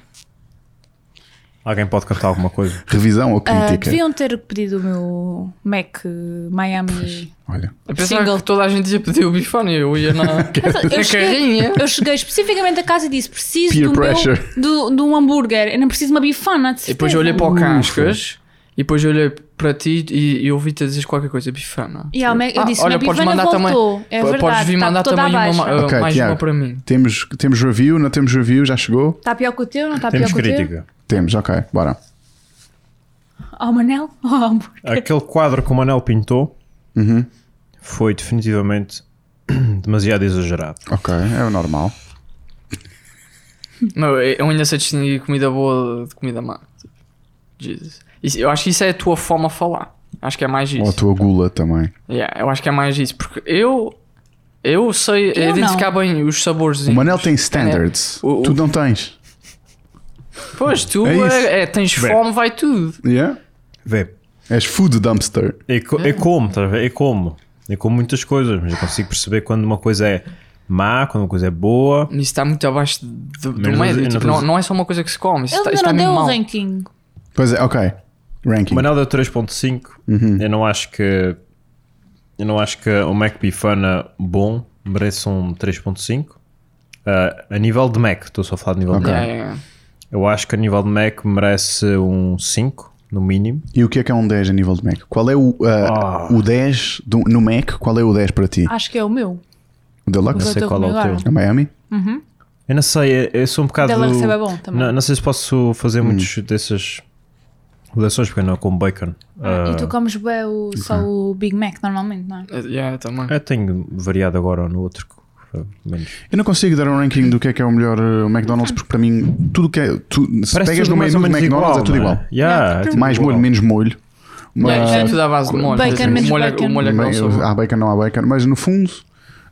alguém pode cantar alguma coisa? Revisão ou Ah, crítica? deviam ter pedido o meu Mac eh, Miami. Olha. Eu pensava Single. que toda a gente ia pedir o bifana e eu ia na. na Eu cheguei, É carrinha. eu cheguei especificamente a casa e disse: preciso Peer do meu- pressure. do, de um hambúrguer. Eu não preciso de uma bifana. de E depois certeza. eu olhei para o Cascas e depois eu olhei para ti e, e ouvi-te a dizer qualquer coisa, bifana. E ao Mac- eu Ah, disse: olha, na podes bifana mandar também- voltou. É P- verdade. Podes vir está mandar toda também uma, abaixo. ma- uh, Ok, mais Tiago. uma para mim. Temos, temos review, não temos review, já chegou? Está Tá pior que o teu? Não está pior Temos que o teu? crítica. Temos, ok, bora. Ao Oh, Manel? Ao hambúrguer? Aquele quadro que o Manel pintou Uhum. foi definitivamente demasiado exagerado. Ok, é o normal. Não, eu eu ainda sei distinguir comida boa de comida má. Jesus. Isso- eu acho que isso é a tua forma de falar. Acho que é mais isso. Ou a tua gula também. Yeah, eu acho que é mais isso, porque eu eu sei Eu identificar bem os sabores. O Manel tem standards. É, O- o- Tu não tens. Pois, tu É isso. é- é, tens Bem. fome, vai tudo. Yeah? Vê, És food dumpster. é, co- é como, estás a ver? É como. É como muitas coisas, mas eu consigo perceber quando uma coisa é má, quando uma coisa é boa. Isso está muito abaixo do, do Mas não- médio. não- tipo, não, não é só uma coisa que se come, isso Ele está, ainda isso está não deu mesmo o mal. ranking. Pois é, ok. O Ranking. Manel deu 3.5. Uhum. Eu não acho que. Eu não acho que o Mac Bifana bom mereça um 3.5. Ah, a nível de Mac, estou só a falar de nível de Yeah, Mac. yeah, yeah. Eu acho que a nível de Mac merece um 5, no mínimo. E o que é que é um 10 a nível de Mac? Qual é o, ah, o 10 do- no Mac? Qual é o 10 para ti? Acho que é o meu. O Mas eu Não Deluxe? sei estou qual é o comigo teu. agora. A Miami? Eu não sei, eu- eu sou um bocado. Dela recebe é bom também. Não, não sei se posso fazer Hum. muitos dessas relações, porque eu não como bacon. Ah, Ah, E tu comes bem o, só o Big Mac normalmente, não é? Uh, yeah, também. Eu tenho variado agora no outro. eh, Menos. Eu não consigo dar um ranking do que é que é o melhor eh, McDonald's, porque para mim, tudo que é. Tu, se Parece pegas tudo no mais menu do ou menos McDonald's, é tudo não igual. Yeah, é tudo Mais igual. molho, menos molho. Yeah, isto é Mas, ah. tudo à base de molho. Bacon, Sim. menos o molho, é- bacon. O molho é que não bem, soube. há bacon, não há bacon. Mas no fundo,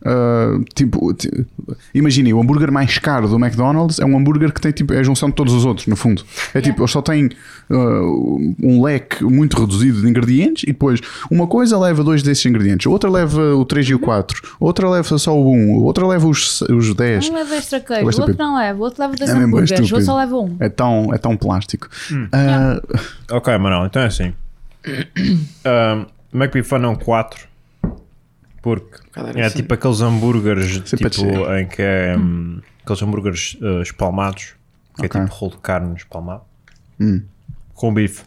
ah, tipo, ti- imaginem, o hambúrguer mais caro do McDonald's é um hambúrguer que tem tipo, é a junção de todos os outros, no fundo. É tipo, eles só têm ah, um leque muito reduzido de ingredientes e depois uma coisa leva dois desses ingredientes, outra leva o 3 e o 4, outra leva só o 1, outra leva os, os 10. Um leva extra queijo, Eu o gosto outro de- não leva, o outro leva dois É mesmo hambúrgueres, o outro estúpido. só leva um. É tão, é tão plástico. Hum. Ah, Ok, Manuel, então é assim. um, McBifan é um 4. Porque Cadê é assim? tipo aqueles hambúrgueres Sempre tipo, achei. em que é hum, aqueles hambúrgueres eh, espalmados, que Ok. é tipo rolo de carne espalmado, Hum. com bife,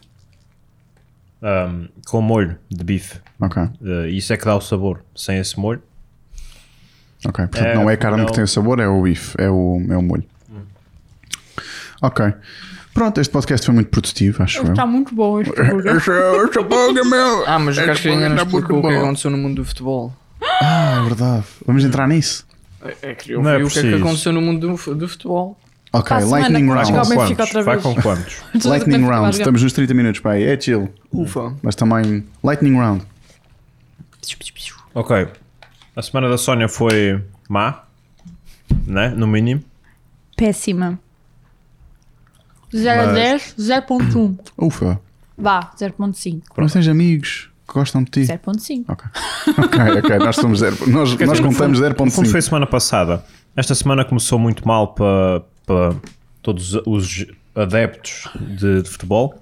Hum, com molho de bife. ok. Eh, isso é que dá o sabor. Sem esse molho, Ok, portanto É, não é a carne não. Hum. que tem o sabor, é o bife, é o, é o molho. Ok. Pronto, este podcast foi muito produtivo, acho eu. Está muito bom este programa. Este- este bug é meu. Ah, mas o gajo Este que ainda bug é não muito explicou o que é que bom. aconteceu no mundo do futebol. Ah, é verdade. Vamos entrar nisso? É, é que eu Não é vi o que é que preciso. aconteceu no mundo do, fu- do futebol. Ok, Para a semana, lightning acho que round. alguém- com Benfica outra quantos? Vai vez. com quantos? Lightning round. Estamos nos 30 minutos, pai. É chill. Ufa. Mas também. Lightning round. Ok. A semana da Sónia foi má, né? No mínimo. Péssima. 0 a Mas- 10, 0.1. Ufa. Vá, 0.5. Não tens amigos que gostam de ti. 0.5. Ok. Ok, ok. Nós somos zero. Nós, nós contamos No fundo foi 0.5. semana passada. Esta semana começou muito mal para, para todos os adeptos de, de futebol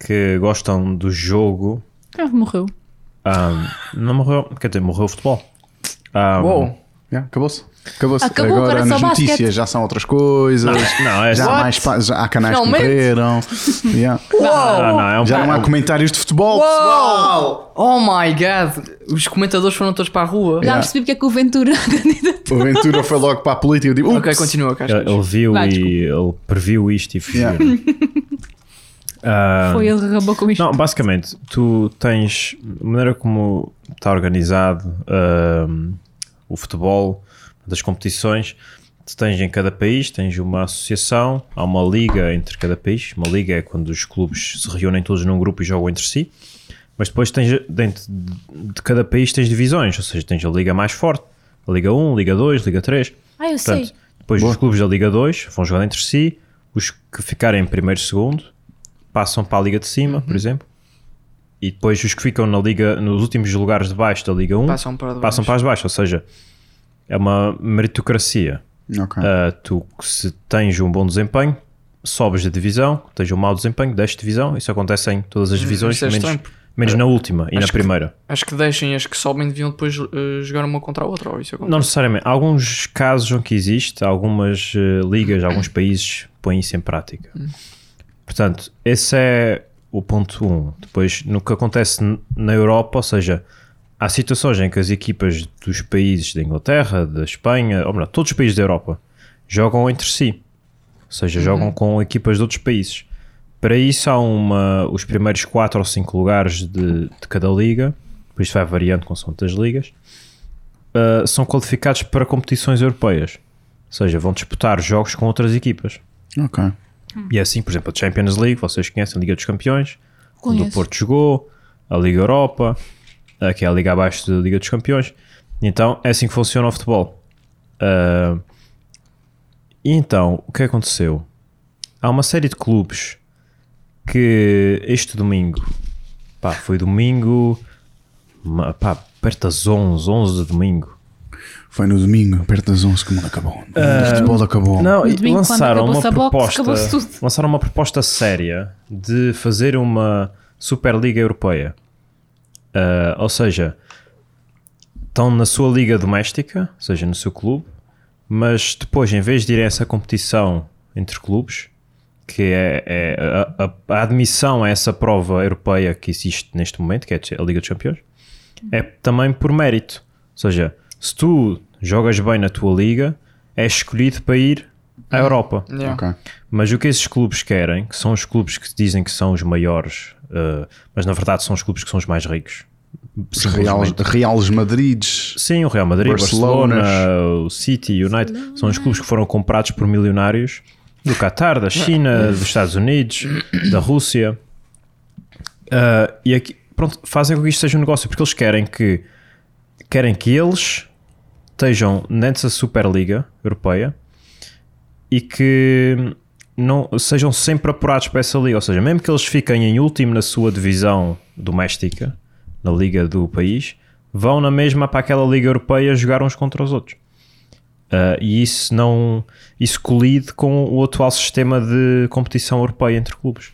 que gostam do jogo. Ah, morreu. Ahm, não morreu, quer dizer, morreu o futebol. Ahm, Uou. Yeah, Acabou-se. Acabou-se. Acabou, Agora agora só nas basquete. notícias já são outras coisas. Não, é Já, há só- mais pa- já há canais Finalmente. que morreram. Yeah. não, não, é um Já não há comentários de futebol. pessoal. Oh my god! Os comentadores foram todos para a rua. Já Yeah. percebi porque é que o Ventura candidato. O Ventura foi logo para a política. Eu digo, Ok, "Ups." continua, Cascas. Ele, ele viu Vai, e ele previu isto e fez. Yeah. Ah, Foi ele que acabou com isto. Não, basicamente, tu tens a maneira como está organizado ahm, o futebol, das competições. Tu tens em cada país, tens uma associação, há uma liga entre cada país. Uma liga é quando os clubes se reúnem todos num grupo e jogam entre si. Mas depois tens dentro de de cada país tens divisões, ou seja, tens a liga mais forte, a liga 1, liga 2, liga 3. Ah, eu Portanto, sei. depois os clubes da Liga 2 vão jogar entre si, os que ficarem em primeiro e segundo passam para a Liga de Cima, Uhum. por exemplo, e depois os que ficam na Liga, nos últimos lugares de baixo da Liga 1 Passam para debaixo. passam para as baixas, ou seja, é uma meritocracia. Ok. Ah, tu, se tens um bom desempenho, sobes de divisão, tens um mau desempenho, desce de divisão, isso acontece em todas as divisões, isso é menos, estranho. menos na última e na acho que- primeira. As que deixem e as que sobem deviam depois eh, jogar uma contra a outra. Ou isso acontece. Não necessariamente. Há Alguns casos onde que existe, algumas eh, ligas, alguns países põem isso em prática. Portanto, esse é o ponto 1. Um. Depois, no que acontece n- na Europa, ou seja, há situações em que as equipas dos países da Inglaterra, da Espanha, ou melhor, todos os países da Europa, jogam entre si. Ou seja, jogam com equipas de outros países. Para isso há uma, os primeiros 4 ou 5 lugares de, de cada liga, por isso vai variando consoante as ligas, ah, são qualificados para competições europeias. Ou seja, vão disputar jogos com outras equipas. Ok. E é assim, por exemplo, a Champions League, vocês conhecem a Liga dos Campeões, onde o Conheço. Porto jogou, a Liga Europa, ah, que é a Liga abaixo da Liga dos Campeões. Então é assim que funciona o futebol. Ah, e então, o que aconteceu? Há uma série de clubes que este domingo, pá, foi domingo, ma- pá, perto das 11, 11 de domingo, Foi no domingo, perto das 11, que o mundo acabou. o futebol acabou. Ah, Não, No e domingo, quando lançaram uma acabou-se a boxe, proposta, acabou-se tudo. lançaram uma proposta séria de fazer uma Superliga Europeia. Ah, ou seja, estão na sua liga doméstica, ou seja, no seu clube, mas depois, em vez de irem a essa competição entre clubes, que é, é a, a- a admissão a essa prova europeia que existe neste momento, que é a Liga dos Campeões, é também por mérito. Ou seja, se tu jogas bem na tua liga, és escolhido para ir à Europa. Yeah. Ok. Mas o que esses clubes querem, que são os clubes que dizem que são os maiores, eh, mas na verdade são os clubes que são os mais ricos. Os Reals, Reals Madrides. Sim, o Real Madrid, Barcelona. Barcelona, o City, United, são os clubes que foram comprados por milionários do Qatar, da China, dos Estados Unidos, da Rússia. Ah, e aqui, pronto, fazem com que isto seja um negócio, porque eles querem que querem que eles estejam nessa Superliga Europeia e que não sejam sempre apurados para essa liga, ou seja, mesmo que eles fiquem em último na sua divisão doméstica, na liga do país, vão na mesma para aquela liga europeia jogar uns contra os outros. Ah, e isso não isso colide com o atual sistema de competição europeia entre clubes.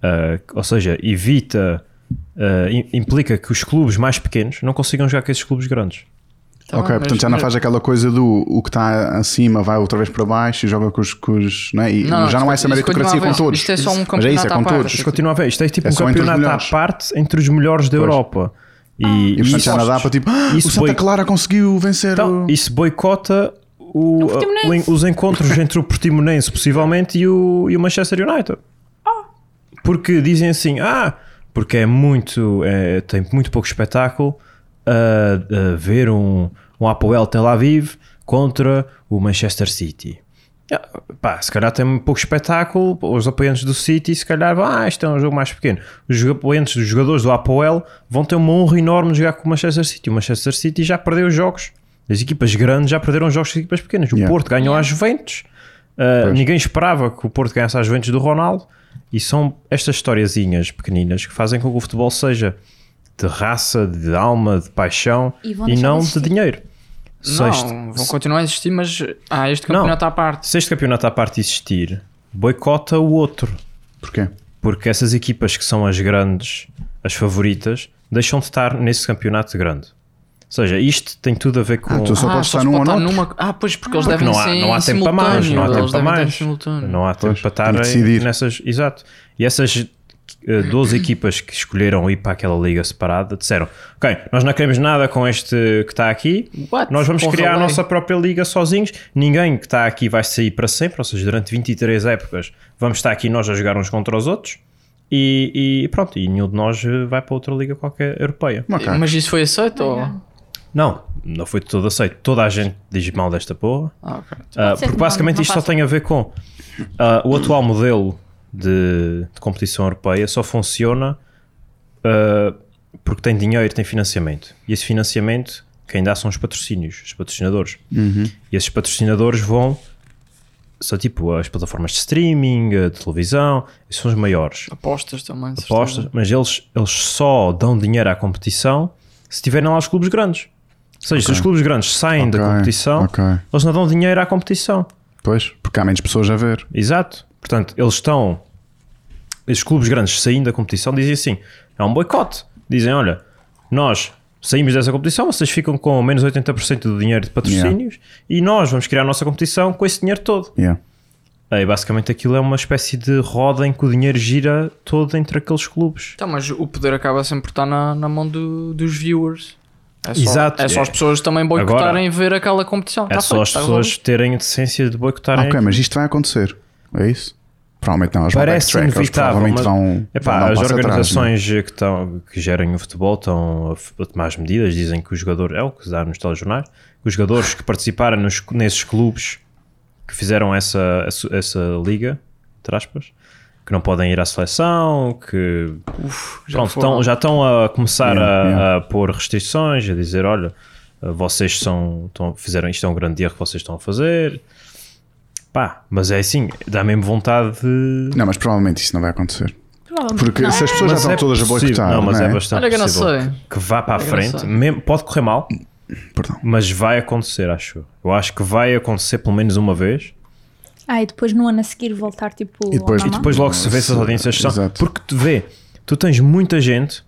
Ah, ou seja, evita ah, im- implica que os clubes mais pequenos não consigam jogar com esses clubes grandes. Tá ok, bem, portanto mas- já não faz aquela coisa do o que está acima vai outra vez para baixo e joga com os. Com os não é? E Não, não, já não há isso- essa isso meritocracia continuava- com todos. isto é só um Mas é isso, é campeonato com à parte. todos. Mas continua a ver, isto é tipo É um só entre os campeonato à melhores. parte entre os melhores da Pois. Ah, Europa. E, E os isso, Santana dá para tipo, "Ah, isso o Santa foi- Clara conseguiu vencer então, o... isso boicota o- O Portimonense. o en- os encontros entre o Portimonense, possivelmente, e o, e o Manchester United. Ah. Porque dizem assim, ah, porque é muito, é, tem muito pouco espetáculo ah, ah, ver um, um Apoel Tel Aviv contra o Manchester City. Ah, Pá, se calhar tem um pouco espetáculo, os apoiantes do City se calhar vão, ah, isto é um jogo mais pequeno. Os jo- apoiantes dos jogadores do Apoel vão ter uma honra enorme de jogar com o Manchester City. O Manchester City já perdeu jogos. As equipas grandes já perderam jogos com as equipas pequenas. O Yeah. Porto ganhou às Juventus. Ah, ninguém esperava que o Porto ganhasse às Juventus do Ronaldo. E são estas historiazinhas pequeninas que fazem com que o futebol seja de raça, de alma, de paixão E vão e deixar não de de existir. dinheiro. Se Não, este- vão continuar a existir, mas ah, este campeonato à parte. se este campeonato à parte existir, boicota o outro. Porquê? Porque essas equipas que são as grandes, as favoritas, deixam de estar nesse campeonato grande. Ou seja, isto tem tudo a ver com. Ah, tu só ah, podes só estar se num ou pode estar noutro. numa. Ah, pois, porque eles devem Porque não ser há, não há em tempo para mais, não há simultâneo, tempo para eles devem mais. estar em simultâneo. Não há tempo Pois, tem para que estar em- decidir. nessas. Exato. E essas eh, 12 equipas que escolheram ir para aquela liga separada disseram: Ok, nós não queremos nada com este que está aqui, What? nós vamos Com criar a Relay. nossa própria liga sozinhos. Ninguém que está aqui vai sair para sempre, ou seja, durante 23 épocas vamos estar aqui nós a jogar uns contra os outros. E, e pronto, e nenhum de nós eh, vai para outra liga qualquer europeia. Macaco. Mas isso foi aceito? ou- Não, não foi de todo aceito. Toda a gente diz mal desta porra. Ah, ok. ser Ah, que porque não- basicamente não isto só faça. tem a ver com ah, o atual modelo de, de competição europeia só funciona ah, porque tem dinheiro, tem financiamento. E esse financiamento quem dá são os patrocínios, os patrocinadores. Uhum. E esses patrocinadores vão são tipo as plataformas de streaming, a televisão, esses são os maiores Apostas também. certeza. apostas, mas eles, eles só dão dinheiro à competição se tiverem lá os clubes grandes. Ou seja, se os clubes grandes saem da Ok, competição, ok. eles não dão dinheiro à competição. Pois, porque há menos pessoas a ver. Exato. Portanto, eles estão. Esses clubes grandes saindo da competição dizem assim: é um boicote. Dizem: olha, nós saímos dessa competição, vocês ficam com menos 80% do dinheiro de patrocínios e nós vamos criar a nossa competição com esse dinheiro todo. Yeah. Aí, basicamente, aquilo é uma espécie de roda em que o dinheiro gira todo entre aqueles clubes. Então, mas o poder acaba sempre por estar na, na mão do- dos viewers. É só, Exato. É só as pessoas também boicotarem ver aquela competição. É Tá só feito, as tá pessoas resolvido. terem a decência de boicotarem. Ok, mas isto vai acontecer. É isso? Provavelmente não. Eles Parece vão backtrack. Eles inevitável. provavelmente mas- vão, Epá, vão dar um as passo atrás, é? organizações que, estão, que gerem o futebol estão a f- a tomar as medidas. Dizem que os jogadores, é o que se dá nos telejornais, que os jogadores que participaram nos- nesses clubes que fizeram essa, essa, essa liga, entre aspas, que não podem ir à seleção, que Já Pronto, então foram. estão- já estão a começar Yeah, a, yeah. a pôr restrições, a dizer: olha, uh, vocês são, estão- fizeram isto, é um grande erro que vocês estão a fazer. Pá, mas é assim, dá mesmo vontade de. não é? Não, mas provavelmente isso não vai acontecer. Porque se as pessoas já Mas estão é todas possível- a boicotar, Não, mas não é, é? bastante Olha que eu não possível sei. que- que vá para a Olha que eu não frente. sei. Mesmo- pode correr mal, Perdão. mas vai acontecer, acho eu. Eu acho que vai acontecer pelo menos uma vez. Ah, e depois no ano a seguir voltar tipo. E depois- ao e normal? Depois logo se vê se as Nossa, audiências são. exato. Porque tu vê, tu tens muita gente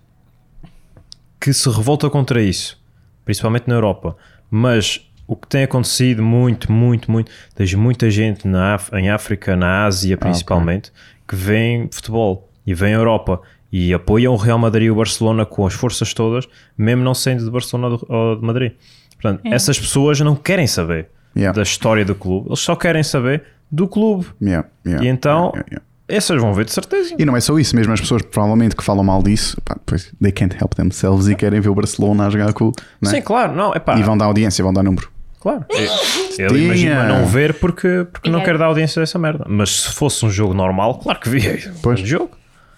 que se revolta contra isso, principalmente na Europa. Mas o que tem acontecido muito, muito, muito, tens muita gente na Áf- em África, na Ah, Ásia principalmente, que vem futebol e vem Europa e apoiam o Real Madrid e o Barcelona com as forças todas, mesmo não sendo de Barcelona ou do- ou de Madrid. Portanto, essas pessoas não querem saber Yeah. da história do clube, eles só querem saber do clube. Yeah, yeah, E então- yeah, yeah, yeah. Essas vão ver de certeza. E não é só isso, mesmo as pessoas provavelmente que falam mal disso, pá, pois, they can't help themselves e querem ver o Barcelona a jogar com. não é? Sim, claro, não, é pá, E vão dar audiência, vão dar número. claro. Eu, eu imagino a não ver porque, porque não quero dar audiência dessa merda. Mas se fosse um jogo normal, claro que via. Pois. Um jogo.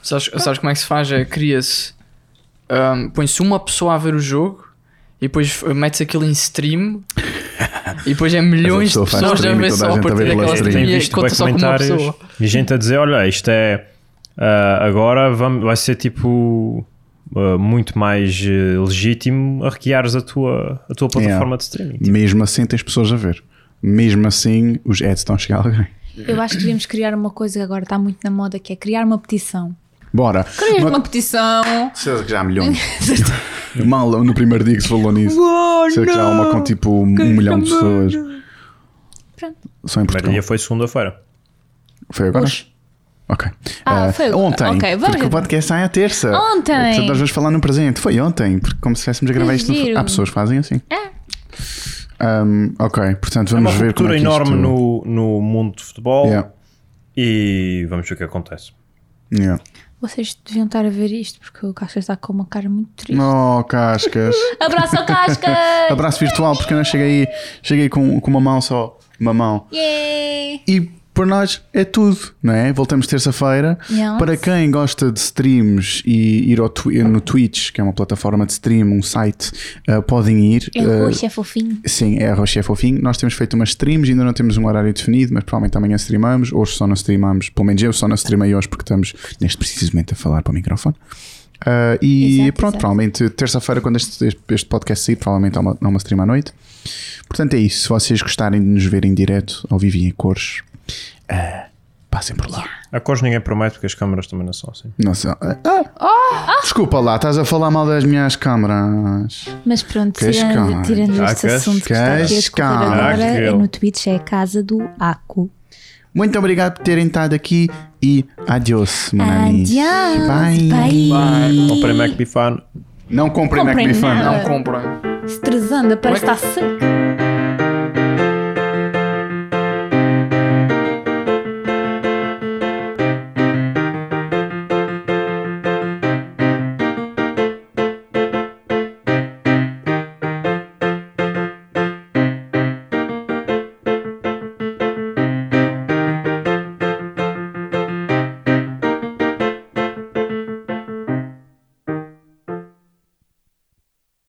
Sabes, sabes como é que se faz? É, cria-se. ahm, Põe-se uma pessoa a ver o jogo e depois metes aquilo em stream e depois é milhões de pessoa faz pessoas a stream e ver toda só a gente a a partir ver pela daquela stream. stream Tem e visto conta bué só com uma comentários pessoa. e gente a dizer: olha, isto é ah, agora vamos, vai ser tipo ah, muito mais eh, legítimo arqueares a tua, a tua plataforma Yeah. de streaming. Tipo, Mesmo assim, tens pessoas a ver. Mesmo assim, os ads estão a chegar a alguém. Eu acho que devíamos criar uma coisa que agora está muito na moda, que é criar uma petição. Bora. Criar Uma- uma petição. Certeza que já há milhões. Mal, no primeiro dia que se falou nisso. Oh, Certeza que já há uma com tipo um milhão de pessoas. Só em o primeiro Portugal. dia foi segunda-feira. Foi agora? Ok. Ah, Eh, foi agora. ontem. Ok, vamos- Porque o podcast sai à terça. Ontem. Portanto, nós vamos falar no presente. Foi ontem, porque como se estivéssemos a gravar Que isto. no- giro. É. Há pessoas que fazem assim. Um, ok, portanto, É uma vamos ver como ruptura é que enorme isto... no, no mundo de futebol Yeah, e vamos ver o que acontece. yeah. Vocês deviam estar a ver isto porque o Casca está com uma cara muito triste. Oh, cascas. Abraço ao Casca! Abraço virtual, porque eu não cheguei, cheguei com, com uma mão só. Uma mão. Yay! E por nós é tudo, não é? Voltamos terça-feira. Yes. Para quem gosta de streams e ir ao twi- no Twitch, que é uma plataforma de stream, um site, ah, podem ir. É ah, roxo, é fofinho. Sim, é arroz é fofinho. Nós temos feito umas streams, ainda não temos um horário definido, mas provavelmente amanhã streamamos. Hoje só não streamamos, pelo menos eu só não streamei hoje porque estamos neste preciso momento a falar para o microfone. Ah, e Exato, pronto, exato. provavelmente terça-feira, quando este, este- este podcast sair, provavelmente há uma, há uma stream à noite. Portanto, é isso. Se vocês gostarem de nos verem direto, ao vivo e em cores, ah, passem por lá. A cores ninguém promete porque as câmaras também não são assim. Não sei. Ah, Desculpa lá, estás a falar mal das minhas câmaras. Mas pronto, Que escala. tirando, tirando este Ah, que assunto que está aqui a decorrer escala. agora, é Aquele. no Twitch, é a casa do Aco. Muito obrigado por terem estado aqui e adiós, mon ami. Adiós, é Bye. bye. Comprei Mac Bifano. Não comprem Comprem McBifan. nada. Não comprem. Estrezanda, parece estar seco.